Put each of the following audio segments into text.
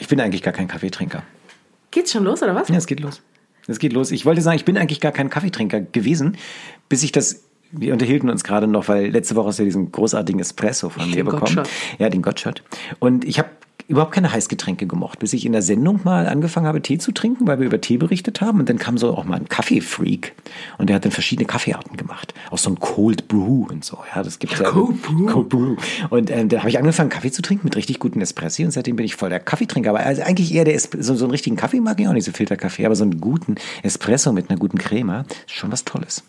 Ich bin eigentlich gar kein Kaffeetrinker. Geht's schon los oder was? Ja, es geht los. Es geht los. Ich wollte sagen, ich bin eigentlich gar kein Kaffeetrinker gewesen, bis ich das. Wir unterhielten uns gerade noch, weil letzte Woche hast du diesen großartigen Espresso von mir Den bekommen. Gottschalk. Ja, den Gottschalk. Und ich habe überhaupt keine Heißgetränke gemocht, bis ich in der Sendung mal angefangen habe, Tee zu trinken, weil wir über Tee berichtet haben. Und dann kam so auch mal ein Kaffeefreak. Und der hat dann verschiedene Kaffeearten gemacht. Auch so ein Cold Brew und so. Ja, das gibt's ja. Cold Brew. Cold Brew. Und ähm, dann habe ich angefangen, Kaffee zu trinken mit richtig guten Espresso. Und seitdem bin ich voll der Kaffeetrinker. Aber also eigentlich eher der Esp so, so einen richtigen Kaffee mag ich auch nicht, so Filterkaffee. Aber so einen guten Espresso mit einer guten Crema ist schon was Tolles.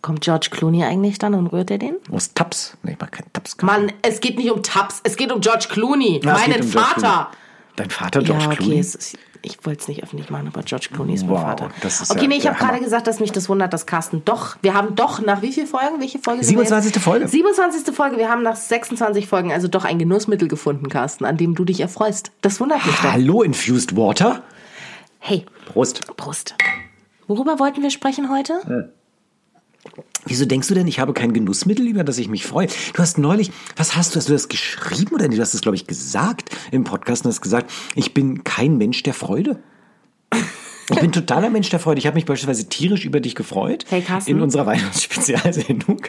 Kommt George Clooney eigentlich dann und rührt er den? Aus Taps. Nee, ich mag keinen Taps. Mann, es geht nicht um Tabs, es geht um George Clooney, Ja, es geht meinen um George Vater. Clooney. Dein Vater, George ja, okay, Clooney? Es ist, ich wollte es nicht öffentlich machen, aber George Clooney ist Wow, mein Vater. das ist okay, ja nee, ich der habe gerade Hammer. gesagt, dass mich das wundert, dass Carsten doch, wir haben doch nach wie viel Folgen? Welche Folge? sind wir jetzt? 27. Folge. 27. Folge, wir haben nach 26 Folgen also doch ein Genussmittel gefunden, Carsten, an dem du dich erfreust. Das wundert mich doch. Hallo, Infused Water. Hey, Prost. Prost. Worüber wollten wir sprechen heute? Wieso denkst du denn, ich habe kein Genussmittel, über das ich mich freue? Du hast neulich, was hast du, hast du das geschrieben oder nee, du hast es, glaube ich, gesagt im Podcast und hast gesagt, ich bin kein Mensch der Freude. Ich bin totaler Mensch der Freude. Ich habe mich beispielsweise tierisch über dich gefreut. Hey, Carsten. In unserer Weihnachtsspezialsendung.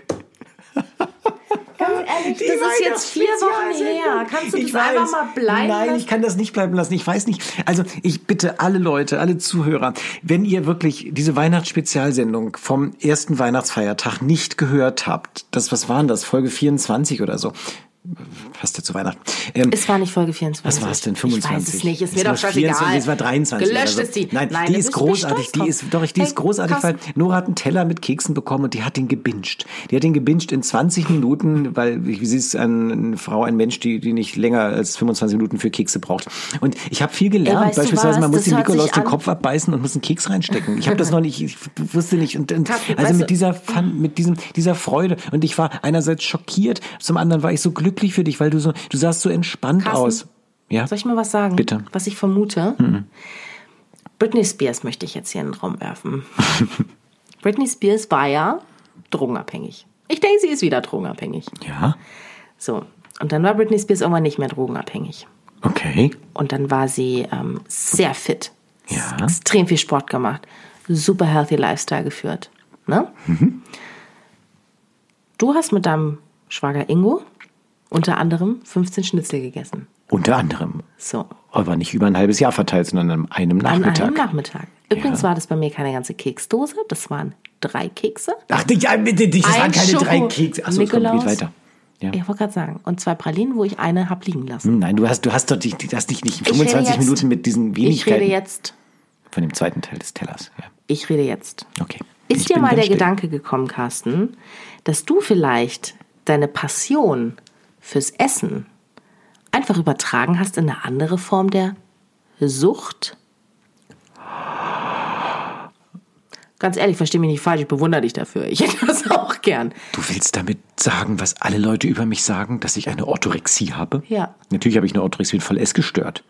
das ist jetzt vier Wochen her. Kannst du das einfach mal bleiben Nein, lassen? ich kann das nicht bleiben lassen. Ich weiß nicht. Also ich bitte alle Leute, alle Zuhörer, wenn ihr wirklich diese Weihnachtsspezialsendung vom ersten Weihnachtsfeiertag nicht gehört habt, das, was waren das? Folge 24 oder so. Passt ja zu Weihnachten. Ähm, Es war nicht Folge 24. was war es denn? Ich weiß 25? es nicht, ist mir Es doch war scheißegal. 24, Es war 23. oder Gelöscht so. ist die. Nein, die da ist bist du großartig. stolz Die drauf. ist, doch, die Hey, ist großartig, weil Carsten, Nora hat einen Teller mit Keksen bekommen und die hat den gebinged. Die hat den gebinged in 20 Minuten, weil, wie sie ist, ein- eine Frau, ein Mensch, die, die nicht länger als 25 Minuten für Kekse braucht. Und ich habe viel gelernt. Ey, weißt du Beispielsweise, was? man muss Das dem hört sich Nikolaus den an- Kopf abbeißen und muss einen Keks reinstecken. Ich habe das noch nicht, ich wusste nicht. Und, und Carsten, also weißt du- mit dieser, Fun, mit diesem, dieser Freude. Und ich war einerseits schockiert, zum anderen war ich so glücklich für dich, weil du so, du sahst so entspannt Carsten, aus. Ja. Soll ich mal was sagen? Bitte. Mhm. Was ich vermute? Britney Spears möchte ich jetzt hier in den Raum werfen. Britney Spears war ja drogenabhängig. Ich denke, sie ist wieder drogenabhängig. Ja, So. Und dann war Britney Spears irgendwann nicht mehr drogenabhängig. okay. Und dann war sie ähm, sehr fit. Ja. Extrem viel Sport gemacht. Super healthy Lifestyle geführt. Ne? Mhm. Du hast mit deinem Schwager Ingo unter anderem 15 Schnitzel gegessen. Unter anderem. So, Aber nicht über ein halbes Jahr verteilt, sondern an einem an Nachmittag. einem Nachmittag. Übrigens war das bei mir keine ganze Keksdose, das waren drei Kekse. Ach, dich, ja, bitte dich, das Ein waren keine Schoko- drei Kekse. Achso, es kommt Nikolaus. nicht weiter. Ja. Hm, Ich wollte gerade sagen. Und zwei Pralinen, wo ich eine habe liegen lassen. Nein, du hast, du hast doch dich, du hast dich nicht in rede 25 jetzt- Minuten mit diesen Ich rede Wenigkeiten jetzt. von dem zweiten Teil des Tellers. Ja. Ich rede jetzt. Okay. Ich Ist dir bin mal ganz der still. Gedanke gekommen, Carsten, dass du vielleicht deine Passion fürs Essen einfach übertragen hast in eine andere Form der Sucht? Ganz ehrlich, verstehe mich nicht falsch, ich bewundere dich dafür. Ich hätte das auch gern. Du willst damit sagen, was alle Leute über mich sagen, dass ich eine Orthorexie habe? Ja. Natürlich habe ich eine Orthorexie und voll essgestört.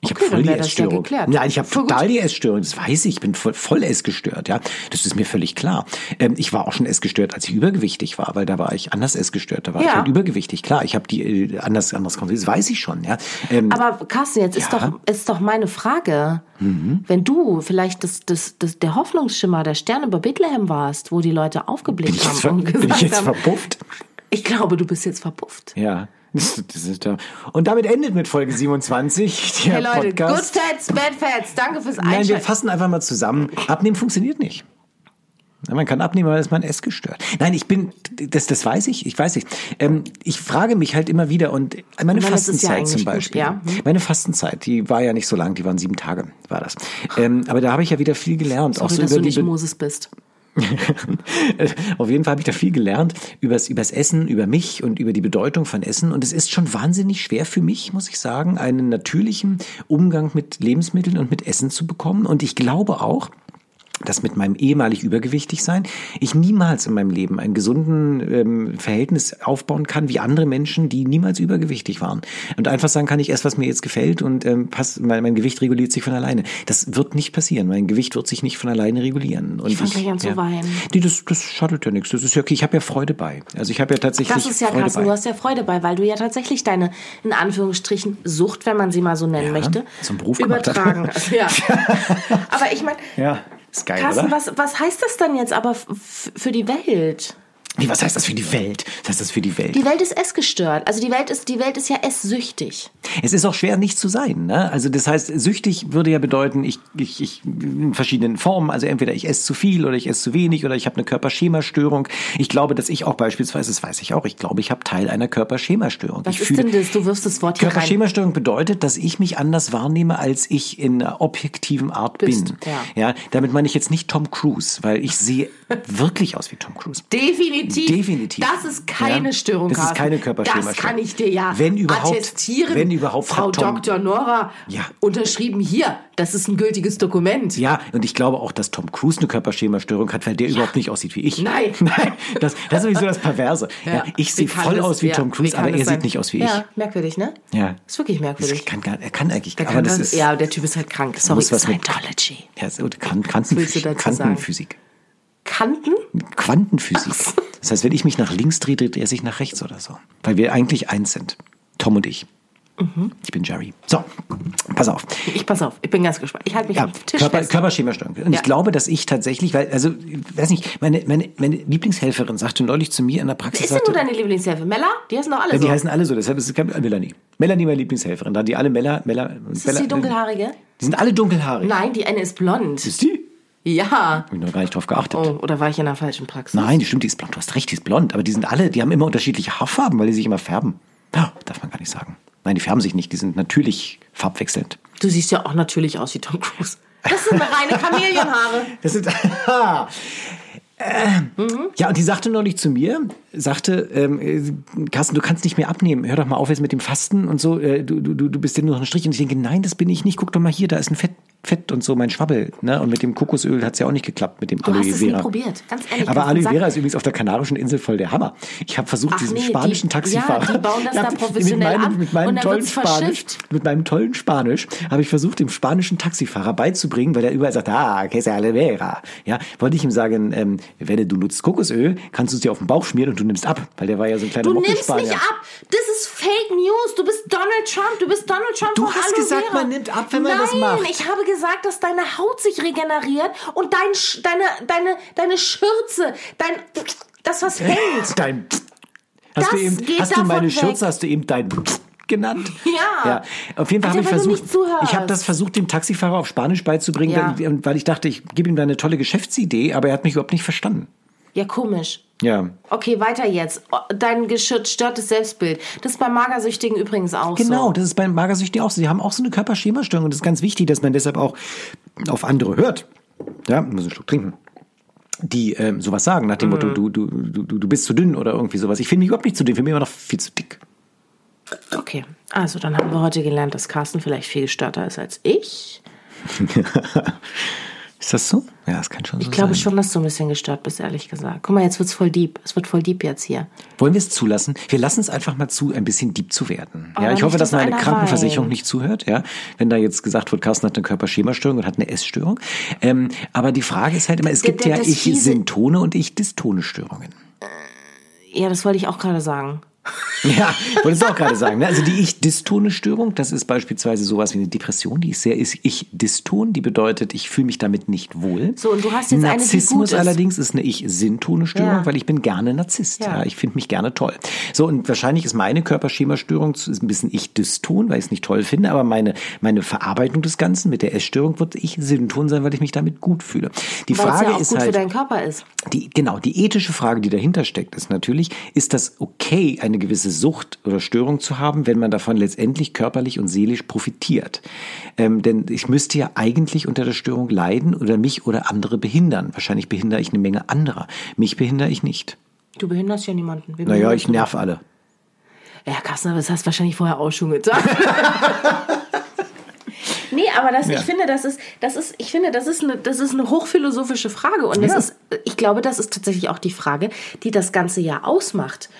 Ich Okay, habe voll dann die wäre das ja Essstörung. geklärt. Nein, ich habe Voll gut. total die Essstörung. Das weiß ich. Ich bin voll, voll essgestört. Ja, das ist mir völlig klar. Ähm, ich war auch schon essgestört, als ich übergewichtig war, weil da war ich anders essgestört. Da war Ja. ich halt übergewichtig. Klar, ich habe die äh, anders anders kommt. Das weiß ich schon. Ja. Ähm, Aber Carsten, jetzt ist, Ja. Mhm. doch, ist doch meine Frage, wenn du vielleicht das, das, das, der Hoffnungsschimmer der Sterne über Bethlehem warst, wo die Leute bin aufgeblickt ich jetzt, ver haben und bin ich gesagt jetzt haben, verpufft? ich glaube, du bist jetzt verpufft. Ja. Das ist ja- Und damit endet mit Folge 27 der Hey Leute, Podcast. Good Fats, Bad Fats, danke fürs Nein, wir Einschalten. fassen einfach mal zusammen. Abnehmen funktioniert nicht. Man kann abnehmen, aber ist man essgestört. Nein, ich bin, das, das weiß ich, ich weiß ich. Ähm, ich frage mich halt immer wieder und meine das ist ja Fastenzeit eigentlich zum gut, Beispiel. ja. Meine Fastenzeit, die war ja nicht so lang, die waren sieben Tage, war das. Ähm, aber da habe ich ja wieder viel gelernt. Sorry, so dass über du nicht die Be- Moses bist. Auf jeden Fall habe ich da viel gelernt übers, übers Essen, über mich und über die Bedeutung von Essen. Und es ist schon wahnsinnig schwer für mich, muss ich sagen, einen natürlichen Umgang mit Lebensmitteln und mit Essen zu bekommen. Und ich glaube auch, dass mit meinem ehemalig übergewichtig sein ich niemals in meinem Leben ein gesunden ähm, Verhältnis aufbauen kann wie andere Menschen, die niemals übergewichtig waren und einfach sagen kann ich esse was mir jetzt gefällt und ähm, passt mein, mein Gewicht reguliert sich von alleine. Das wird nicht passieren. Mein Gewicht wird sich nicht von alleine regulieren. Und Ich fang gleich an zu ja. weinen. Nee, das, das schadet ja nichts. Das ist ja okay. Ich habe ja Freude bei. Also ich habe ja tatsächlich Das ist ja Freude krass, bei. und du hast ja Freude bei, weil du ja tatsächlich deine, in Anführungsstrichen, Sucht, wenn man sie mal so nennen Ja, möchte, zum Beruf gemacht hast. übertragen. Also, Ja. Aber ich meine, ja, ist geil, Carsten, oder? was, was heißt das dann jetzt aber f- f- für die Welt? nee, was heißt das für die Welt? Was heißt das für die Welt? Die Welt ist essgestört. Also die Welt ist, die Welt ist ja esssüchtig. Es ist auch schwer, nicht zu sein. Ne? Also das heißt, süchtig würde ja bedeuten, ich, ich, ich in verschiedenen Formen, also entweder ich esse zu viel oder ich esse zu wenig oder ich habe eine Körperschemastörung. Ich glaube, dass ich auch beispielsweise, das weiß ich auch, ich glaube, ich habe Teil einer Körperschemastörung. Was ich ist denn das? Du wirfst das Wort hier rein. Körperschemastörung bedeutet, dass ich mich anders wahrnehme, als ich in einer objektiven Art Bist, bin. ja. damit meine ich jetzt nicht Tom Cruise, weil ich sehe wirklich aus wie Tom Cruise. Definitiv. Definitiv. Das ist keine Ja, Störung. das ist Carsten. keine Körperschemastörung. Das kann ich dir ja Wenn überhaupt- attestieren. wenn überhaupt Frau hat Tom- Dr. Nora Ja. unterschrieben hier. Das ist ein gültiges Dokument. Ja, und ich glaube auch, dass Tom Cruise eine Körperschemastörung hat, weil der überhaupt nicht aussieht wie ich. Nein. Nein, das, das ist sowieso das Perverse. Ja. ich sehe Wie kann voll das- aus wie ja, Tom Cruise, kann aber das er sein? sieht nicht aus wie Ja, merkwürdig, ne? ich. Ja. Ist wirklich merkwürdig. Das kann gar, er kann eigentlich Der gar kann aber das das- ist ja, der Typ ist halt krank. Sorry, muss was mit- Scientology. ja, so, Quanten, willst du Quantenphysik. dazu Quantenphysik. Kanten? Quantenphysik. Das heißt, wenn ich mich nach links drehe, dreht er sich nach rechts oder so. Weil wir eigentlich eins sind. Tom und ich. Mhm. Ich bin Jerry. So, pass auf. Ich pass auf, ich bin ganz gespannt. Ich halte mich Ja, auf den Tisch Körper, fest. Körperschemastörung. Und Ja. ich glaube, dass ich tatsächlich, weil, also, ich weiß nicht, meine, meine, meine Lieblingshelferin sagte neulich zu mir in der Praxis, ist denn sagte, nur deine Lieblingshilfe? Mella? Die heißen doch alle ja, so. die heißen alle so, deshalb ist es kein Melanie. Melanie, meine Lieblingshelferin. Da haben die alle Mella, Mella, ist das die dunkelhaarige? Die sind alle dunkelhaarig. Nein, die eine ist blond. Ist die? Ja. Hab ich noch gar nicht drauf geachtet. Oh, oder war ich in der falschen Praxis? Nein, die stimmt, die ist blond. Du hast recht, die ist blond. Aber die sind alle, die haben immer unterschiedliche Haarfarben, weil die sich immer färben. Ah, Darf man gar nicht sagen. Nein, die färben sich nicht. Die sind natürlich farbwechselnd. Du siehst ja auch natürlich aus wie Tom Cruise. Das sind reine Kamelienhaare. Das sind. Haha. Ähm, Ja, und die sagte neulich zu mir, sagte, ähm, äh, Carsten, du kannst nicht mehr abnehmen. Hör doch mal auf jetzt mit dem Fasten und so. Äh, du, du, du du bist ja nur noch ein Strich. Und ich denke, nein, das bin ich nicht. Guck doch mal hier, da ist ein Fett, Fett und so mein Schwabbel. Ne? Und mit dem Kokosöl hat es ja auch nicht geklappt, mit dem Du Aloe hast es nie Vera. probiert, ganz ehrlich. Aber Carsten, Aloe sag- Vera ist übrigens auf der Kanarischen Insel voll der Hammer. Ich habe versucht, Ach diesen nee, die- spanischen ja, die Taxifahrer. bauen das Ich da hab- professionell mit meinem, ab mit meinem und dann tollen wird's Spanisch, verschifft. Mit meinem tollen Spanisch habe ich versucht, dem spanischen Taxifahrer beizubringen, weil er überall sagt, ah, que se aloe vera. Ja, wollte ich ihm sagen, ähm, wenn du nutzt Kokosöl, kannst du es dir auf den Bauch schmieren und du nimmst ab. Weil der war ja so ein kleiner Du nimmst Mockelspanier. nicht ab. Das ist Fake News. Du bist Donald Trump. Du bist Donald Trump. Du von hast Aloe gesagt, Vera. man nimmt ab, wenn man Nein, das macht. ich habe gesagt, dass deine Haut sich regeneriert und dein, Sch- deine, deine, deine Schürze, dein, das was hängt. Halt! Dein hast du Das eben, geht hast du meine davon Schürze, weg. hast du eben dein genannt? Ja. Auf jeden Fall habe ich Alter, weil du versucht, nicht zuhörst. ich habe das versucht, dem Taxifahrer auf Spanisch beizubringen, Ja. weil- weil ich dachte, ich gebe ihm da eine tolle Geschäftsidee, aber er hat mich überhaupt nicht verstanden. Ja, komisch. Ja. Okay, weiter jetzt. Oh, Dein gestörtes Selbstbild. Das ist bei Magersüchtigen übrigens auch Genau, so. das ist bei Magersüchtigen auch so. Sie haben auch so eine Körperschemastörung und es ist ganz wichtig, dass man deshalb auch auf andere hört. Ja, muss einen Schluck trinken. Die ähm, sowas sagen, nach dem Motto, Mhm. du, du, du, du du bist zu dünn oder irgendwie sowas. Ich finde mich überhaupt nicht zu dünn, ich finde mich immer noch viel zu dick. Okay, also dann haben wir heute gelernt, dass Carsten vielleicht viel gestörter ist als ich. Ist das so? Ja, das kann schon so Ich glaube sein. schon, dass du ein bisschen gestört bist, ehrlich gesagt. Guck mal, jetzt wird's voll deep. Es wird voll deep jetzt hier. Wollen wir es zulassen? Wir lassen es einfach mal zu, ein bisschen deep zu werden. ja, Aber ich hoffe, Oh, nicht, dass dass meine einer Krankenversicherung weint. nicht zuhört. Ja, wenn da jetzt gesagt wird, Carsten hat eine Körperschemastörung und hat eine Essstörung. Ähm, aber die Frage ist halt immer, es Der- gibt der- ja das fiese- Ich-Syntone und Ich-Dystone-Störungen. Ja, das wollte ich auch gerade sagen. Ja, wolltest du auch gerade sagen. Ne? Also die Ich-Dystone-Störung, das ist beispielsweise sowas wie eine Depression, die ist sehr ist Ich-Dyston, die bedeutet, ich fühle mich damit nicht wohl. So, und du hast jetzt eine, die gut Narzissmus ist. allerdings ist eine Ich-Syntone-Störung, Ja. weil ich bin gerne Narzisst. Ja. Ja. ich finde mich gerne toll. So, und wahrscheinlich ist meine Körperschemastörung zu- ist ein bisschen Ich-Dyston, weil ich es nicht toll finde, aber meine, meine Verarbeitung des Ganzen mit der Essstörung wird Ich-Synton sein, weil ich mich damit gut fühle. Die Weil es Frage ja auch ist gut für halt, deinen Körper ist. die, genau, die ethische Frage, die dahinter steckt, ist natürlich, ist das okay, eine eine gewisse Sucht oder Störung zu haben, wenn man davon letztendlich körperlich und seelisch profitiert. Ähm, denn ich müsste ja eigentlich unter der Störung leiden oder mich oder andere behindern. Wahrscheinlich behindere ich eine Menge anderer. Mich behindere ich nicht. Du behinderst ja niemanden. Wir Naja, behindern ich niemanden. nerv alle. Ja, Carsten, aber das hast du wahrscheinlich vorher auch schon gesagt. Nee, aber das, Ja. ich finde, das ist, das ist, ich finde, das ist eine, das ist eine hochphilosophische Frage. Und das Ja. ist, ich glaube, das ist tatsächlich auch die Frage, die das ganze Jahr ausmacht.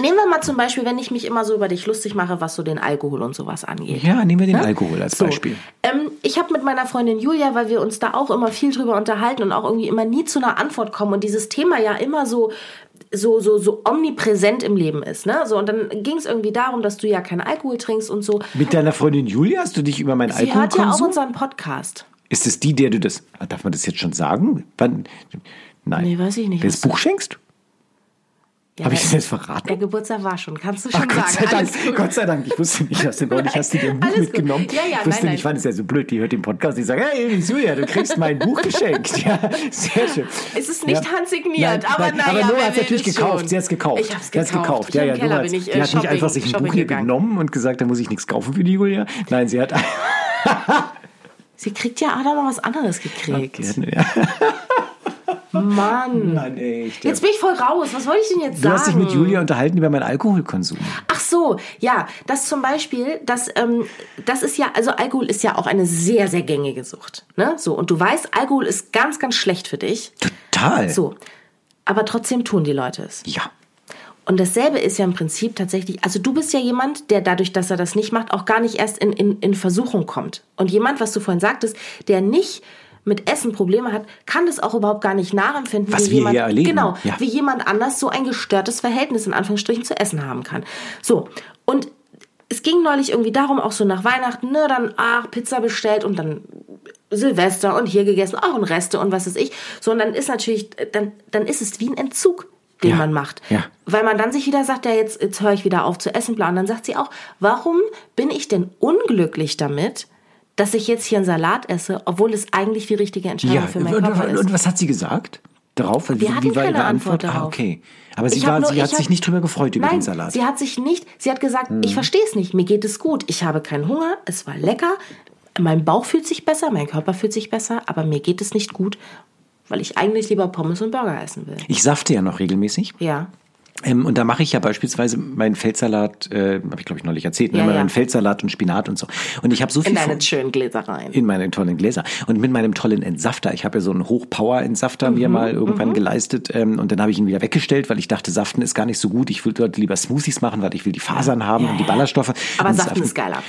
Nehmen wir mal zum Beispiel, wenn ich mich immer so über dich lustig mache, was so den Alkohol und sowas angeht. Ja, nehmen wir den Alkohol als So. Beispiel. Ähm, ich habe mit meiner Freundin Julia, weil wir uns da auch immer viel drüber unterhalten und auch irgendwie immer nie zu einer Antwort kommen und dieses Thema ja immer so so so so omnipräsent im Leben ist, ne? So und dann ging es irgendwie darum, dass du ja keinen Alkohol trinkst und so. Mit deiner Freundin Julia hast du dich über meinen Sie hört ja auch Alkoholkonsum? unseren Podcast. Ist es die, der du das. Ah, Darf man das jetzt schon sagen? Wann? Nein. Nee, weiß ich nicht. Der das Buch schenkst? Ja, Habe ich der- das jetzt verraten? Der Geburtstag war schon, kannst du schon Ach, Ah, Gott sagen. sei, Dank, Alles gut. Gott sei Dank, ich wusste nicht, dass du neulich hast du dir ein Buch Alles gut. mitgenommen. Ja, ja, ich wusste nein, nicht, nein. fand es ja so blöd, die hört den Podcast, die sagt, hey, Julia, du kriegst mein Buch geschenkt. Ja, sehr schön. Es ist nicht handsigniert, aber naja, Aber Noah wer hat es will natürlich das gekauft, schon? sie hat es gekauft. Ich hab's Sie hat's gekauft. gekauft. Ja, Hier im ja, Keller Noah hat's- bin ich, äh, die hat nicht shopping- einfach sich ein shopping Buch hier gegangen. genommen und gesagt, da muss ich nichts kaufen für die Julia. Nein, sie hat... Sie kriegt ja auch noch mal was anderes gekriegt. Ja, Mann. Mann, echt. Jetzt bin ich voll raus. Was wollte ich denn jetzt Du sagen? hast dich mit Julia unterhalten über meinen Alkoholkonsum. Ach so, ja, das zum Beispiel, das, ähm, das ist ja, also Alkohol ist ja auch eine sehr, sehr gängige Sucht. Ne? So, und du weißt, Alkohol ist ganz, ganz schlecht für dich. Total. So. Aber trotzdem tun die Leute es. Ja. Und dasselbe ist ja im Prinzip tatsächlich, also du bist ja jemand, der dadurch, dass er das nicht macht, auch gar nicht erst in, in, in Versuchung kommt. Und jemand, was du vorhin sagtest, der nicht mit Essen Probleme hat, kann das auch überhaupt gar nicht nachempfinden, Was wir jemand, hier erleben. Genau, Ja. wie jemand anders so ein gestörtes Verhältnis in Anführungsstrichen zu Essen haben kann. So, und es ging neulich irgendwie darum, auch so nach Weihnachten, ne, dann, ach, Pizza bestellt und dann Silvester und hier gegessen, auch und Reste und was weiß ich. So, und dann ist natürlich, dann, dann ist es wie ein Entzug, den Ja. man macht. Ja. Weil man dann sich wieder sagt, ja, jetzt, jetzt höre ich wieder auf zu essen, bla. Und dann sagt sie auch, warum bin ich denn unglücklich damit, dass ich jetzt hier einen Salat esse, obwohl es eigentlich die richtige Entscheidung ja. für meinen und, Körper und, ist? und was hat sie gesagt? Darauf? Wie, hatten wie war keine ihre Antwort Ah, darauf. okay. Aber sie, Ich hab war, nur- sie hat ich hab- sich nicht drüber gefreut über Nein, den Salat. Hm. sie hat sich nicht, sie hat gesagt, ich verstehe es nicht, mir geht es gut, ich habe keinen Hunger, es war lecker, mein Bauch fühlt sich besser, mein Körper fühlt sich besser, aber mir geht es nicht gut, weil ich eigentlich lieber Pommes und Burger essen will. ich safte ja noch regelmäßig. Ja. Ähm, und da mache ich ja beispielsweise meinen Feldsalat, äh, habe ich glaube ich neulich erzählt, Ja, ne? ja. meinen Feldsalat und Spinat und so. Und ich habe so viel. In von- deine schönen Gläser rein. in meine tollen Gläser. Und mit meinem tollen Entsafter. Ich habe ja so einen Hochpower-Entsafter mir Mhm, mal irgendwann geleistet. Ähm, und dann habe ich ihn wieder weggestellt, weil ich dachte, Saften ist gar nicht so gut. Ich will dort lieber Smoothies machen, weil ich will die Fasern haben Ja, und die ja. Ballaststoffe. Aber und Saften ist geiler.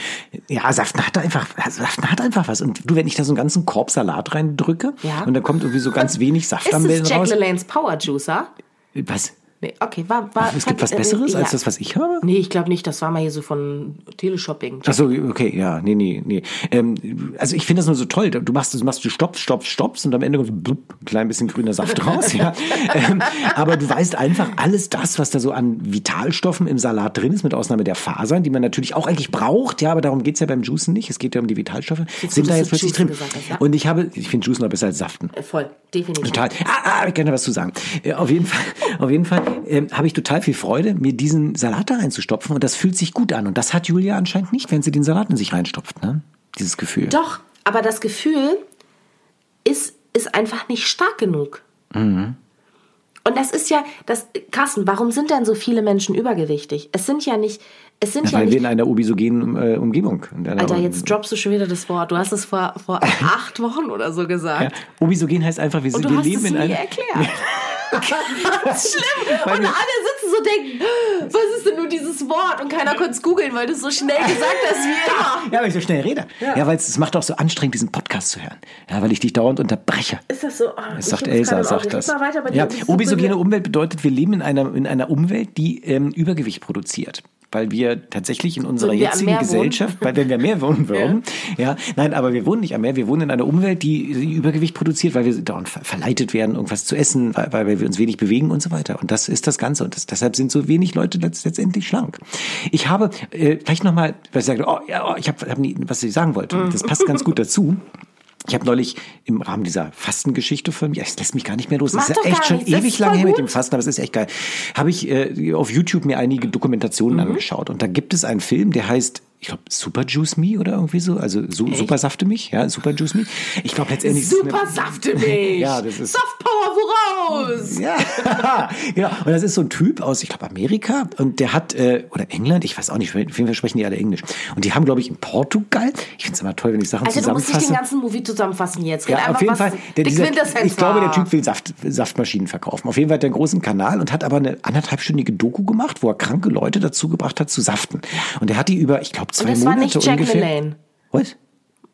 Ja, Saften hat einfach, Saften hat einfach was. Und du, wenn ich da so einen ganzen Korb Salat reindrücke Ja. und da kommt irgendwie so ganz wenig Saft am Ist Wellen es Jack raus. LaLanne's Power Juicer? Was? Nee, okay, war. war Ach, es gibt was äh, Besseres ja. als das, was ich habe? Nee, ich glaube nicht, das war mal hier so von Teleshopping. Ach so, okay, ja, nee, nee, nee. Ähm, also ich finde das nur so toll. Du machst, du machst, du stoppst, stoppst, stoppst und am Ende kommt so blub, ein klein bisschen grüner Saft raus, ja. ähm, aber du weißt einfach alles das, was da so an Vitalstoffen im Salat drin ist, mit Ausnahme der Fasern, die man natürlich auch eigentlich braucht, ja, aber darum geht's ja beim Juicen nicht. Es geht ja um die Vitalstoffe. sind gut, da dass jetzt du plötzlich Juicen drin. gesagt hast, ja. Und ich habe, ich finde Juicen noch besser als Saften. Äh, Voll, definitiv. Total. Ah, ah, ich kann da was zu sagen. Ja, auf jeden Fall, auf jeden Fall ähm, habe ich total viel Freude, mir diesen Salat da reinzustopfen und das fühlt sich gut an. Und das hat Julia anscheinend nicht, wenn sie den Salat in sich reinstopft, ne? Dieses Gefühl. Doch, aber das Gefühl ist, ist einfach nicht stark genug. Mhm. Und das ist ja, das, Carsten, warum sind denn so viele Menschen übergewichtig? Es sind ja nicht, es sind ja, Weil wir in nicht, einer obisogenen äh, Umgebung. in einer- Alter, jetzt droppst du schon wieder das Wort. Du hast es vor, vor acht Wochen oder so Ja, gesagt. obisogen heißt einfach, wir, Und sind, du wir hast leben es in nie einer. erklärt. Ganz schlimm. Und Weil alle wir- sitzen so und denken, "Oh, was ist denn nur dieses Wort? Und keiner konnte es googeln, weil du es so schnell gesagt hast wie immer. Ja, weil ich so schnell rede. Ja, weil es es macht auch so anstrengend, diesen Podcast zu hören. Ja, weil ich dich dauernd unterbreche. Ist das so? Oh, Das ich sagt hab's gerade Elsa, im Auge. sagt Red das. Mal weiter, aber die- ja, die- obisogene Umwelt bedeutet, wir leben in einer, in einer Umwelt, die ähm, Übergewicht produziert. Weil wir tatsächlich in unserer Würden wir am jetzigen Meer wohnen? Gesellschaft, weil wenn wir mehr wohnen würden, ja. nein, aber wir wohnen nicht am Meer, wir wohnen in einer Umwelt, die, die Übergewicht produziert, weil wir dauernd ver- verleitet werden, irgendwas zu essen, weil, weil wir uns wenig bewegen und so weiter. Und das ist das Ganze. Und das, deshalb sind so wenig Leute letzt- letztendlich schlank. Ich habe Mhm. äh, vielleicht nochmal, weil ich sagte, oh, ja, oh, ich habe hab nie, was ich sagen wollte. Das passt ganz gut dazu. Ich habe neulich im Rahmen dieser Fastengeschichte von mir, es lässt mich gar nicht mehr los, es Mach ist ja doch echt gar schon nichts, das ewig ist lange voll her mit gut. dem Fasten, aber es ist echt geil, habe ich äh, auf YouTube mir einige Dokumentationen Mhm. angeschaut und da gibt es einen Film, der heißt, ich glaube, Super Juice Me oder irgendwie so, also so, Super Safte mich, ja, Super Juice Me. Ich glaube letztendlich... ist es eine- Super safte mich. Ja, das ist- Hm, Softpower voraus. ja, genau. Und das ist so ein Typ aus, ich glaube, Amerika. Und der hat, äh, oder England, ich weiß auch nicht, auf jeden Fall sprechen die alle Englisch. Und die haben, glaube ich, in Portugal, ich finde es immer toll, wenn ich Sachen Also du musst nicht zusammenfasse. den ganzen Movie zusammenfassen jetzt. Ja, Red auf einfach, jeden was Fall. Der, Dick dieser, Wintersense ich glaube, der war. Typ will Saft, Saftmaschinen verkaufen. Auf jeden Fall hat er einen großen Kanal und hat aber eine anderthalbstündige Doku gemacht, wo er kranke Leute dazu gebracht hat, zu saften. Und er hat die über, ich glaube, zwei das war Monate nicht Jack Äh. ungefähr. LaLanne. Was?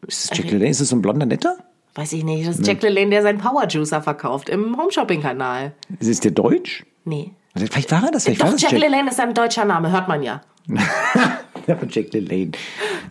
Ist das Jack LaLanne? Ist das so ein blonder Netter? Weiß ich nicht, das ist Jack LaLanne, der seinen Power Juicer verkauft im Homeshopping-Kanal. Ist es der Deutsch? Nee. Vielleicht war er das. Vielleicht war Doch, das Jack LaLanne ist ein deutscher Name, hört man ja. Ja, von Jack LaLanne.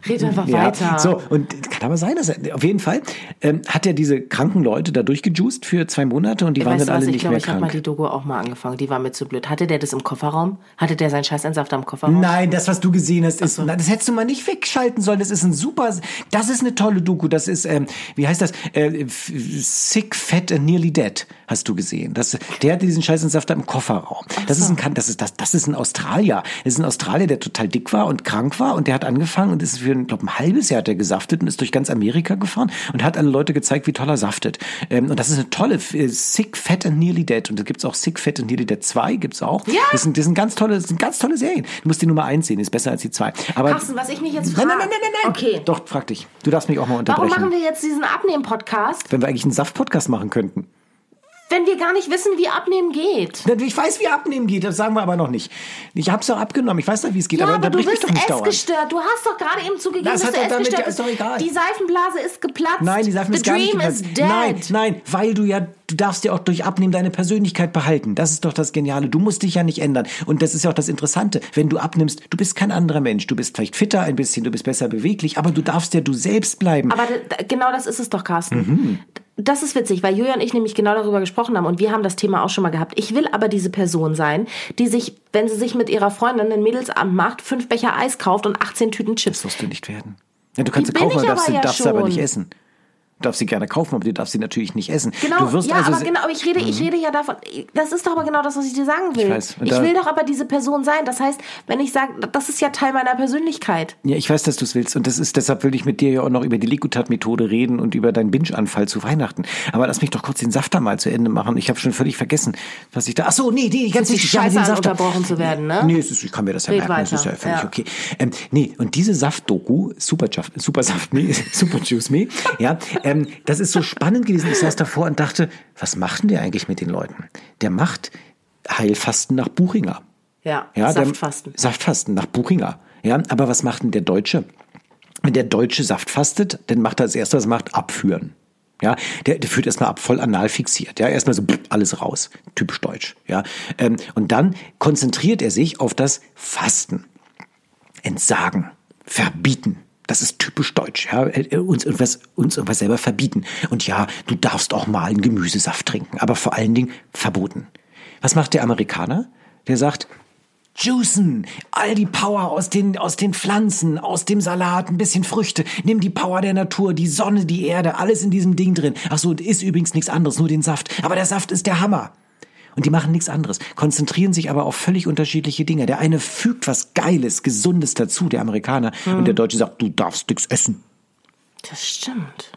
Red einfach weiter. So, und kann aber sein, dass er, auf jeden Fall ähm, hat er diese kranken Leute da durchgejuiced für zwei Monate und die waren dann Weißt du was, alle ich nicht glaube, mehr ich habe mal die krank. Doku auch mal angefangen, die war mir zu blöd. Hatte der das im Kofferraum? Hatte der seinen Scheißensafter im Kofferraum? Nein, das, was du gesehen hast, ist, na, das hättest du mal nicht wegschalten sollen. Das ist ein super, das ist eine tolle Doku. Das ist, ähm, wie heißt das? Äh, f- Sick, Fat and Nearly Dead hast du gesehen. Das, der hatte diesen Scheißensafter im Kofferraum. Das ist ein, Kan- das ist, das, das ist ein Australier. Das ist ein Australier, der total dick war und krank war und der hat angefangen und ist für, ich glaube, ein halbes Jahr hat er gesaftet und ist durch ganz Amerika gefahren und hat alle Leute gezeigt, wie toll er saftet. Ähm, und das ist eine tolle, äh, Sick, Fat and Nearly Dead. Und da gibt's auch Sick, Fat and Nearly Dead 2, gibt's auch. Ja. Das sind, das sind ganz tolle, das sind ganz tolle Serien. Du musst die Nummer 1 sehen, ist besser als die 2. Aber Carsten, was ich mich jetzt Nein, frage. nein, nein, nein, nein, nein. Okay. Doch, frag dich. Du darfst mich auch mal Warum unterbrechen. machen wir jetzt diesen Abnehmen-Podcast, Wenn wir eigentlich einen Saft-Podcast machen könnten. wenn wir gar nicht wissen, wie Abnehmen geht? Ich weiß, wie abnehmen geht, das sagen wir aber noch nicht. Ich hab's doch abgenommen, ich weiß doch, wie es geht, Ja, aber aber, du unterbrich mich bist doch nicht dauernd. essgestört. Du hast doch gerade eben zugegeben, Das dass hat du doch damit- essgestört ja, ist bist. doch egal. Die Seifenblase ist geplatzt. Nein, die Sachen The ist gar nicht dream geplatzt. is dead. Nein, nein, weil du ja, du darfst ja auch durch Abnehmen deine Persönlichkeit behalten. Das ist doch das Geniale. Du musst dich ja nicht ändern. Und das ist ja auch das Interessante. Wenn du abnimmst, du bist kein anderer Mensch. Du bist vielleicht fitter ein bisschen, du bist besser beweglich, aber du darfst ja du selbst bleiben. Aber d- d- genau das ist es doch, Carsten. Mhm. Das ist witzig, weil Julia und ich nämlich genau darüber gesprochen haben und wir haben das Thema auch schon mal gehabt. Ich will aber diese Person sein, die sich, wenn sie sich mit ihrer Freundin einen Mädelsabend macht, fünf Becher Eis kauft und 18 Tüten Chips. das wirst du nicht werden. Ja, du kannst sie Die bin kaufen, aber ich darfst, sie, aber ja darfst sie aber schon. nicht essen. Du darfst sie gerne kaufen, aber du darfst sie natürlich nicht essen. Genau, du wirst ja, also aber se- genau, aber ich rede, ich rede ja davon, das ist doch aber genau das, was ich dir sagen will. weiß. Und ich da- will doch aber diese Person sein. Das heißt, wenn ich sage, das ist ja Teil meiner Persönlichkeit. Ja, ich weiß, dass du es willst. Und das ist, deshalb will ich mit dir ja auch noch über die Likutat-Methode reden und über deinen Binge-Anfall zu Weihnachten. Aber lass mich doch kurz den Safter mal zu Ende machen. Ich habe schon völlig vergessen, was ich da. Ach so, nee, nee, ganz wichtig. Fühlt sich ja, mit scheiße dem an, Safter. unterbrochen zu werden, ne? Nee, es ist, ich kann mir das ja Red merken. Das ist weiter, ja völlig ja. okay. Ähm, nee, und diese Saft-Doku, Super, Jaf- Super Saft Me, Super Juice Me, ja, ähm, das ist so spannend gewesen. Ich saß davor und dachte, was macht denn der eigentlich mit den Leuten? Der macht Heilfasten nach Buchinger. Ja, Ja, der- Saftfasten. Saftfasten nach Buchinger. Ja, aber was macht denn der Deutsche? Wenn der Deutsche Saft fastet, dann macht er als erstes, was er macht abführen. Ja, der, der führt erstmal ab, voll anal fixiert. Ja, erstmal so pff, alles raus. Typisch deutsch. Ja, ähm, und dann konzentriert er sich auf das Fasten entsagen, verbieten. Das ist typisch deutsch, ja, äh, uns irgendwas, uns irgendwas selber verbieten. Und ja, du darfst auch mal einen Gemüsesaft trinken, aber vor allen Dingen verboten. Was macht der Amerikaner? Der sagt, Juicen, all die Power aus den, aus den Pflanzen, aus dem Salat, ein bisschen Früchte, nimm die Power der Natur, die Sonne, die Erde, alles in diesem Ding drin. Ach so, ist übrigens nichts anderes, nur den Saft. Aber der Saft ist der Hammer. Und die machen nichts anderes, konzentrieren sich aber auf völlig unterschiedliche Dinge. Der eine fügt was Geiles, Gesundes dazu, der Amerikaner. Hm. Und der Deutsche sagt, du darfst nichts essen. Das stimmt.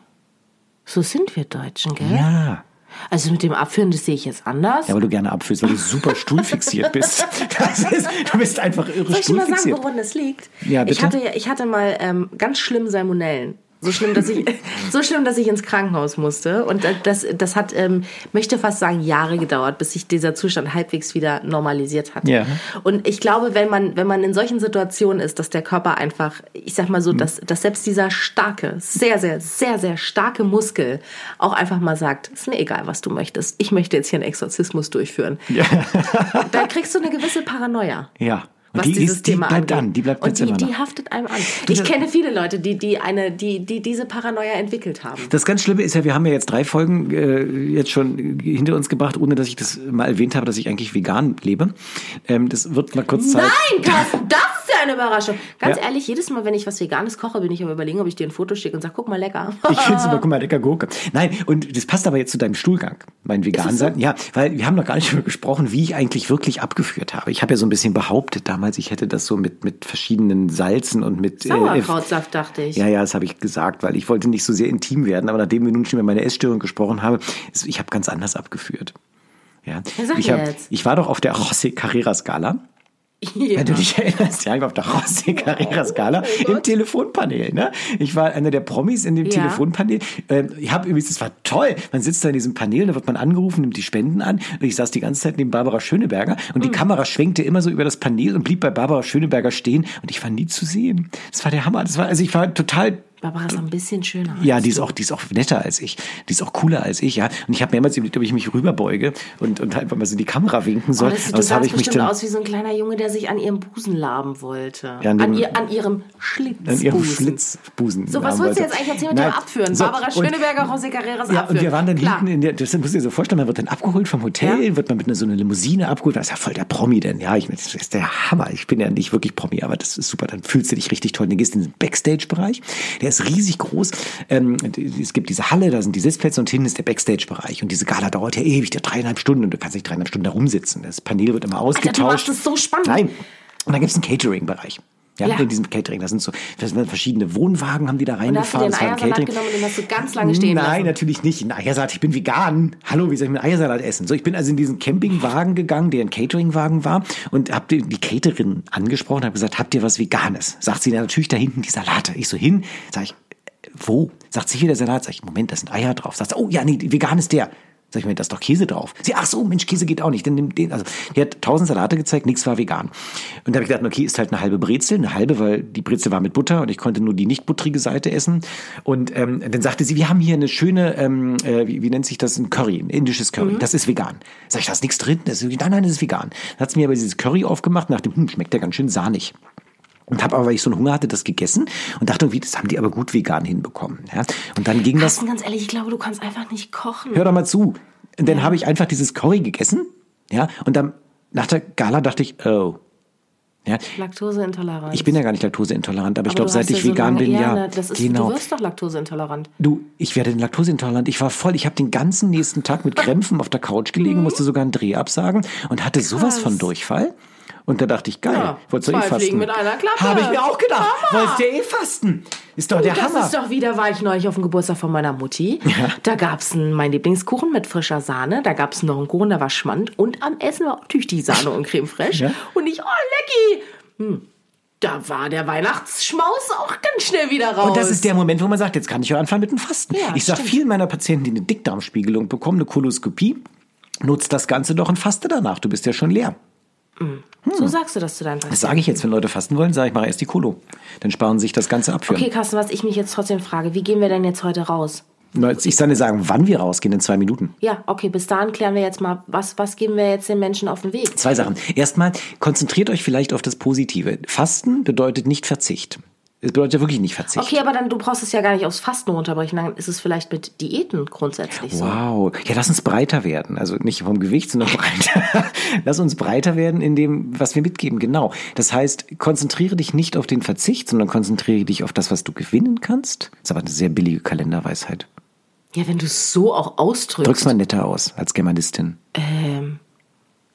So sind wir Deutschen, gell? Ja. Also mit dem Abführen, das sehe ich jetzt anders. Ja, weil du gerne abführst, weil du super stuhlfixiert bist. Das ist, du bist einfach irre Soll ich dir mal sagen, stuhlfixiert. woran das liegt? Ja, bitte. Ich hatte, ja- ich hatte mal ähm, ganz schlimm Salmonellen. So schlimm, dass ich, so schlimm, dass ich ins Krankenhaus musste. Und äh, das, das hat, ähm, möchte fast sagen, Jahre gedauert, bis sich dieser Zustand halbwegs wieder normalisiert hat. Ja. Und ich glaube, wenn man, wenn man in solchen Situationen ist, dass der Körper einfach, ich sag Hm. mal so, dass, dass selbst dieser starke, sehr, sehr, sehr, sehr starke Muskel auch einfach mal sagt, ist mir egal, was du möchtest. Ich möchte jetzt hier einen Exorzismus durchführen. Ja. Dann kriegst du eine gewisse Paranoia ja. Und was die, dieses ist, die Thema bleibt angeht. an, die bleibt und jetzt die, immer noch. die haftet einem an. Du, ich das- kenne viele Leute, die, die, eine, die, die diese Paranoia entwickelt haben. Das ganz Schlimme ist ja, wir haben ja jetzt drei Folgen äh, jetzt schon hinter uns gebracht, ohne dass ich das mal erwähnt habe, dass ich eigentlich vegan lebe. Ähm, das wird mal kurz Zeit. Nein, Carsten, das ist ja eine Überraschung. Ganz Ja. ehrlich, jedes Mal, wenn ich was Veganes koche, bin ich am überlegen, ob ich dir ein Foto schicke und sage, guck mal, lecker. Ich finde es immer, guck mal, lecker Gurke. Nein, und das passt aber jetzt zu deinem Stuhlgang, mein vegan sein. Ja, weil wir haben noch gar nicht darüber gesprochen, wie ich eigentlich wirklich abgeführt habe. Ich habe ja so ein bisschen behauptet damals, ich hätte das so mit, mit verschiedenen Salzen und mit... äh, Sauerkrautsaft, dachte ich. Ja, ja, das habe ich gesagt, weil ich wollte nicht so sehr intim werden, aber nachdem wir nun schon über meine Essstörung gesprochen haben, ist- ich habe ganz anders abgeführt. Ja. Ja, sag ich, hab, jetzt. ich war doch auf der José Carreras Gala. Ja. Oh Wenn du dich erinnerst, ja, ich war auf der José Carrera Skala im Telefonpanel. Ne? Ich war einer der Promis in dem Ja. Telefonpanel. Ähm, ich habe übrigens, das war toll. Man sitzt da in diesem Panel, da wird man angerufen, nimmt die Spenden an. Und ich saß die ganze Zeit neben Barbara Schöneberger und die Mhm. Kamera schwenkte immer so über das Panel und blieb bei Barbara Schöneberger stehen und ich war nie zu sehen. Das war der Hammer. Das war, also ich war total Barbara ist noch ein bisschen schöner. ja, die ist auch, die ist auch netter als ich. Die ist auch cooler als ich, ja. Und ich habe mehrmals überlegt, ob ich mich rüberbeuge und, und halt einfach mal so in die Kamera winken soll. Aber Oh, das sieht, Aber du das habe sahst ich mich bestimmt dann aus wie so ein kleiner Junge, der sich an ihrem Busen laben wollte. Ja, an dem- an, ihr, an ihrem Schlitzbusen. an ihrem Schlitzbusen. So, was haben wolltest wollte. du jetzt eigentlich erzählen mit dem Nein. Abführen? So, Barbara und- Schöneberger, José Carreras Ja, Abführen. und wir waren dann Klar. hinten in der, das musst du dir so vorstellen, man wird dann abgeholt vom Hotel, Ja. wird man mit einer, so einer Limousine abgeholt, das ist ja voll der Promi denn, ja, ich, das ist der Hammer, ich bin ja nicht wirklich Promi, aber das ist super, dann fühlst du dich richtig toll, dann gehst du in den Backstage-Bereich, der ist riesig groß, ähm, es gibt diese Halle, da sind die Sitzplätze und hinten ist der Backstage-Bereich und diese Gala dauert ja ewig, der dreieinhalb Stunden und du kannst nicht dreieinhalb Stunden da rumsitzen, das Panel wird immer ausgetauscht. machst es so spannend. Nein, und dann gibt es einen Catering-Bereich. Ja, Ja. in diesem Catering, da sind so da sind verschiedene Wohnwagen, haben die da Da hast du reingefahren. dir einen das war ein Eiersalat Catering. genommen und den hast du ganz lange stehen Nein, lassen. natürlich nicht. Ein Eiersalat, ich bin vegan. Hallo, wie soll ich mit Eiersalat essen? So, ich bin also in diesen Campingwagen gegangen, der ein Cateringwagen war, und habe die Caterin angesprochen, habe gesagt, habt ihr was Veganes? Sagt sie, "Na, natürlich da hinten die Salate. Ich so hin, sage ich, "Äh, wo? Sagt sie, hier der Salat. Sag ich, Moment, da sind Eier drauf. Sagt sie, oh ja, nee, vegan ist der. Sag ich mir, da ist doch Käse drauf. Sie, ach so, Mensch, Käse geht auch nicht. Dann nimm den. Also, die hat tausend Salate gezeigt, nichts war vegan. Und da habe ich gedacht, okay, ist halt eine halbe Brezel, eine halbe, weil die Brezel war mit Butter und ich konnte nur die nicht buttrige Seite essen. Und ähm, dann sagte sie, wir haben hier eine schöne, ähm, äh, wie, wie nennt sich das, ein Curry, ein indisches Curry. Das ist vegan. Sag ich, da ist nichts drin. Das ist, nein, nein, das ist vegan. Dann hat sie mir aber dieses Curry aufgemacht und dachte, hm, schmeckt ja ganz schön sahnig. Und habe aber, weil ich so einen Hunger hatte, das gegessen und dachte, irgendwie, das haben die aber gut vegan hinbekommen. Ja? Und dann ging das Carsten, ganz ehrlich, ich glaube, du kannst einfach nicht kochen. hör doch mal zu. Und dann habe ich einfach dieses Curry gegessen, ja, und dann nach der Gala dachte ich, oh, ja, Laktoseintolerant. ich bin ja gar nicht laktoseintolerant, aber, ich glaube, seit ich ja so vegan lange- bin, ja, na, das ist, genau. Du wirst doch laktoseintolerant. Du, ich werde laktoseintolerant. Ich war voll. Ich habe den ganzen nächsten Tag mit Krämpfen auf der Couch Mhm. gelegen, musste sogar einen Dreh absagen und hatte sowas von Durchfall. Und da dachte ich, geil, Ja, wolltest du eh zwei fasten? Fliegen mit einer Klappe. Habe ich mir auch gedacht. Hammer. Wolltest du eh fasten? Ist doch der das Hammer. ist doch wieder, war ich neulich auf dem Geburtstag von meiner Mutti. Da gab's einen, meinen Lieblingskuchen mit frischer Sahne. Da gab's noch einen Kuchen, der war schmand. Und am Essen war auch natürlich die Sahne und Creme fraiche. Ja. Und ich, oh, lecky! Hm. Da war der Weihnachtsschmaus auch ganz schnell wieder raus. Und das ist der Moment, wo man sagt, jetzt kann ich ja anfangen mit dem Fasten. Ja, ich sage stimmt. vielen meiner Patienten, die eine Dickdarmspiegelung bekommen, eine Koloskopie, nutzt das Ganze doch und faste danach. Du bist ja schon leer. so sagst du das zu deinen Das Patienten. sage ich jetzt, wenn Leute fasten wollen, sage ich, mache erst die Kolo. Dann sparen sich das Ganze abführen. Okay, Carsten, was ich mich jetzt trotzdem frage, wie gehen wir denn jetzt heute raus? Na, jetzt- Ich soll dir sagen, wann wir rausgehen in zwei Minuten. Ja, okay, bis dahin klären wir jetzt mal, was, was geben wir jetzt den Menschen auf den Weg? Zwei Sachen. Erstmal, konzentriert euch vielleicht auf das Positive. Fasten bedeutet nicht Verzicht. Es bedeutet ja wirklich nicht Verzicht. Okay, aber dann du brauchst es ja gar nicht aufs Fasten runterbrechen, dann ist es vielleicht mit Diäten grundsätzlich so. Wow. Ja, lass uns breiter werden. Also nicht vom Gewicht, sondern breiter. lass uns breiter werden in dem, was wir mitgeben. Genau. Das heißt, konzentriere dich nicht auf den Verzicht, sondern konzentriere dich auf das, was du gewinnen kannst. Das ist aber eine sehr billige Kalenderweisheit. Ja, wenn du es so auch ausdrückst. Drück's mal netter aus als Germanistin.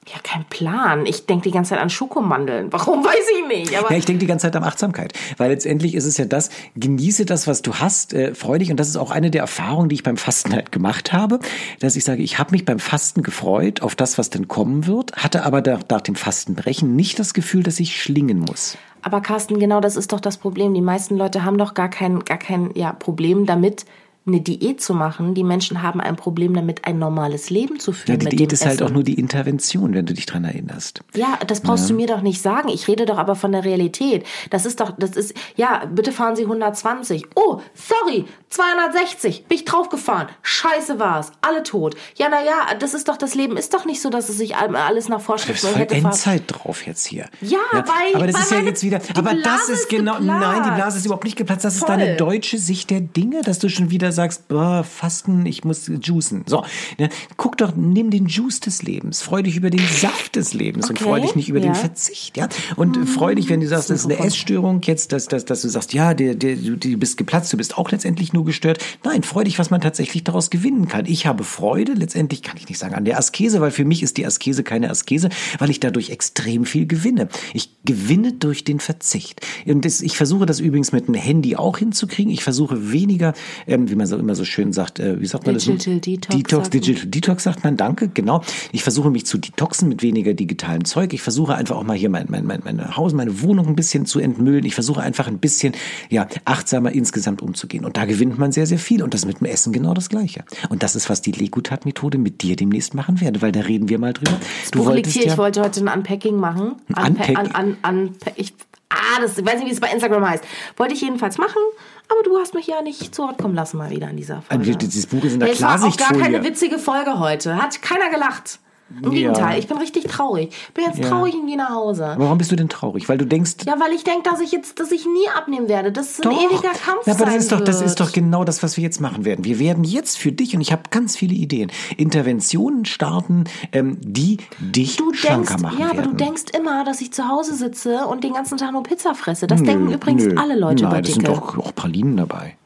Ja, kein Plan. Ich denke die ganze Zeit an Schokomandeln. Warum weiß ich nicht? Aber Ja, ich denke die ganze Zeit an Achtsamkeit, weil letztendlich ist es ja das, genieße das, was du hast, äh, freu dich. Und das ist auch eine der Erfahrungen, die ich beim Fasten halt gemacht habe, dass ich sage, ich habe mich beim Fasten gefreut auf das, was denn kommen wird, hatte aber nach, nach dem Fastenbrechen nicht das Gefühl, dass ich schlingen muss. Aber Carsten, genau das ist doch das Problem. Die meisten Leute haben doch gar kein, gar kein ja, Problem damit, eine Diät zu machen. Die Menschen haben ein Problem damit, ein normales Leben zu führen. Ja, die mit Diät dem ist halt Essen. auch nur die Intervention, wenn du dich dran erinnerst. Ja, das brauchst du mir doch nicht sagen. Ich rede doch aber von der Realität. Das ist doch, das ist, ja, bitte fahren Sie 120. Oh, sorry, 260. Bin ich draufgefahren. Scheiße war's. Alle tot. Ja, na ja, das ist doch, das Leben ist doch nicht so, dass es sich all- alles nach Du bist Vorschrift voll fahren- Endzeit drauf jetzt hier. Ja, weil- Aber das weil ist ja meine- jetzt wieder. die Aber das Blase ist ist genau. Nein, die geplatzt. Blase ist überhaupt nicht geplatzt. Das ist Voll. deine deutsche Sicht der Dinge, dass du schon wieder sagst, boah, Fasten, ich muss juicen. So, ne, guck doch, nimm den Juice des Lebens, freu dich über den Saft des Lebens und Okay, freu dich nicht über ja. den Verzicht. Ja? Und Ah, freu dich, wenn du sagst, das ist eine Essstörung, jetzt, dass, dass, dass du sagst, ja, der, der, du du bist geplatzt, du bist auch letztendlich nur gestört. Nein, freu dich, was man tatsächlich daraus gewinnen kann. Ich habe Freude, letztendlich kann ich nicht sagen, an der Askese, weil für mich ist die Askese keine Askese, weil ich dadurch extrem viel gewinne. Ich gewinne durch den Verzicht. Und das, ich versuche das übrigens mit dem Handy auch hinzukriegen. Ich versuche weniger, ähm, wie man so immer so schön sagt, äh, wie sagt man das? Digital Detox Detox sagt man. Digital Detox sagt man, danke, genau. Ich versuche mich zu detoxen mit weniger digitalem Zeug. Ich versuche einfach auch mal hier mein, mein, mein, mein Haus, meine Wohnung ein bisschen zu entmüllen. Ich versuche einfach ein bisschen ja, achtsamer insgesamt umzugehen. Und da gewinnt man sehr, sehr viel. Und das mit dem Essen genau das Gleiche. Und das ist, was die Legutat-Methode mit dir demnächst machen werde, weil da reden wir mal drüber. Du Buch liegt hier, ich wollte heute ein Unpacking machen. Ein Unpack- Unpa- An, an, Unpa- ich, ah, das, ich weiß nicht, wie es bei Instagram heißt. Wollte ich jedenfalls machen, aber du hast mich ja nicht zu Wort kommen lassen mal wieder in dieser Folge. Also, dieses Buch ist in der Es war auch gar Klarsichtfolie. keine witzige Folge heute. Hat keiner gelacht. Im Ja. Gegenteil, ich bin richtig traurig. Bin jetzt Ja. traurig und gehe nach Hause. Aber warum bist du denn traurig? Weil du denkst, Ja, weil ich denke, dass ich jetzt, dass ich nie abnehmen werde. Das ist ein ewiger Kampf Ja, aber das sein ist doch, das ist wird. doch genau das, was wir jetzt machen werden. Wir werden jetzt für dich und ich habe ganz viele Ideen Interventionen starten, ähm, die dich Du schlanker denkst, machen ja, werden. aber du denkst immer, dass ich zu Hause sitze und den ganzen Tag nur Pizza fresse. Das denken Nö, übrigens nö. alle Leute nein, über das sind Dicke. doch auch Pralinen dabei.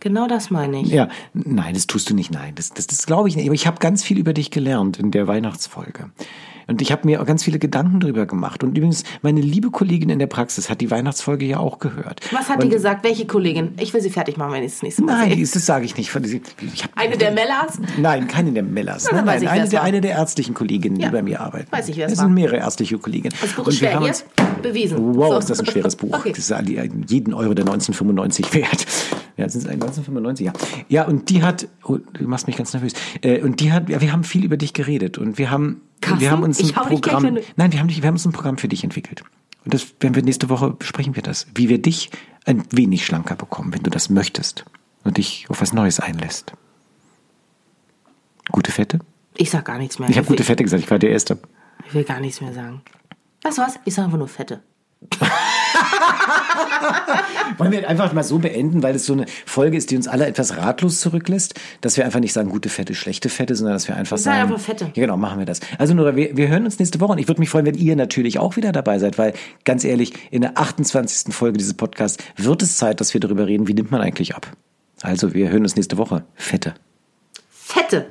Genau das meine ich. Ja, nein, das tust du nicht. Nein, das, das, das glaube ich nicht. Aber ich habe ganz viel über dich gelernt in der Weihnachtsfolge. Und ich habe mir auch ganz viele Gedanken drüber gemacht. Und übrigens, meine liebe Kollegin in der Praxis hat die Weihnachtsfolge ja auch gehört. Was hat und die gesagt? Welche Kollegin? Ich will sie fertig machen, wenn ich das nächste Mal Nein, sehe. das sage ich nicht. Ich hab- Eine der Mellas? Nein, keine der Mellers. Na, Nein, dann nein, weiß ich, wer eine, es der, war. eine der ärztlichen Kolleginnen, die Ja. bei mir arbeiten. Weiß ich, wer es Es sind war. mehrere ärztliche Kolleginnen. Das Buch Und ist wir schwer. haben Hier, uns- bewiesen. Wow, So. ist das ein schweres Buch. Okay. Das ist all- jeden Euro der 1995 wert. Ja, sind es eigentlich 1995, ja. Ja, und die hat, oh, du machst mich ganz nervös. Äh, Und die hat, ja, wir haben viel über dich geredet und wir haben, Carsten? wir haben uns ein Ich hau dich gleich Programm, in die- nein, wir haben, dich- wir haben uns ein Programm für dich entwickelt. Und das werden wir nächste Woche besprechen wir das, wie wir dich ein wenig schlanker bekommen, wenn du das möchtest und dich auf was Neues einlässt. Gute Fette? Also Ich sag gar nichts mehr. Ich habe gute Fette gesagt, ich war der Erste. ich will gar nichts mehr sagen. Weißt du was? Ich sage einfach nur Fette. Wollen wir einfach mal so beenden, weil es so eine Folge ist, die uns alle etwas ratlos zurücklässt, dass wir einfach nicht sagen, gute Fette, schlechte Fette, sondern dass wir einfach sagen sagen. einfach Fette. Ja, genau, machen wir das. Also Nora, wir, wir hören uns nächste Woche und ich würde mich freuen, wenn ihr natürlich auch wieder dabei seid, weil ganz ehrlich, in der 28. Folge dieses Podcasts wird es Zeit, dass wir darüber reden, wie nimmt man eigentlich ab. Also, wir hören uns nächste Woche. Fette. Fette!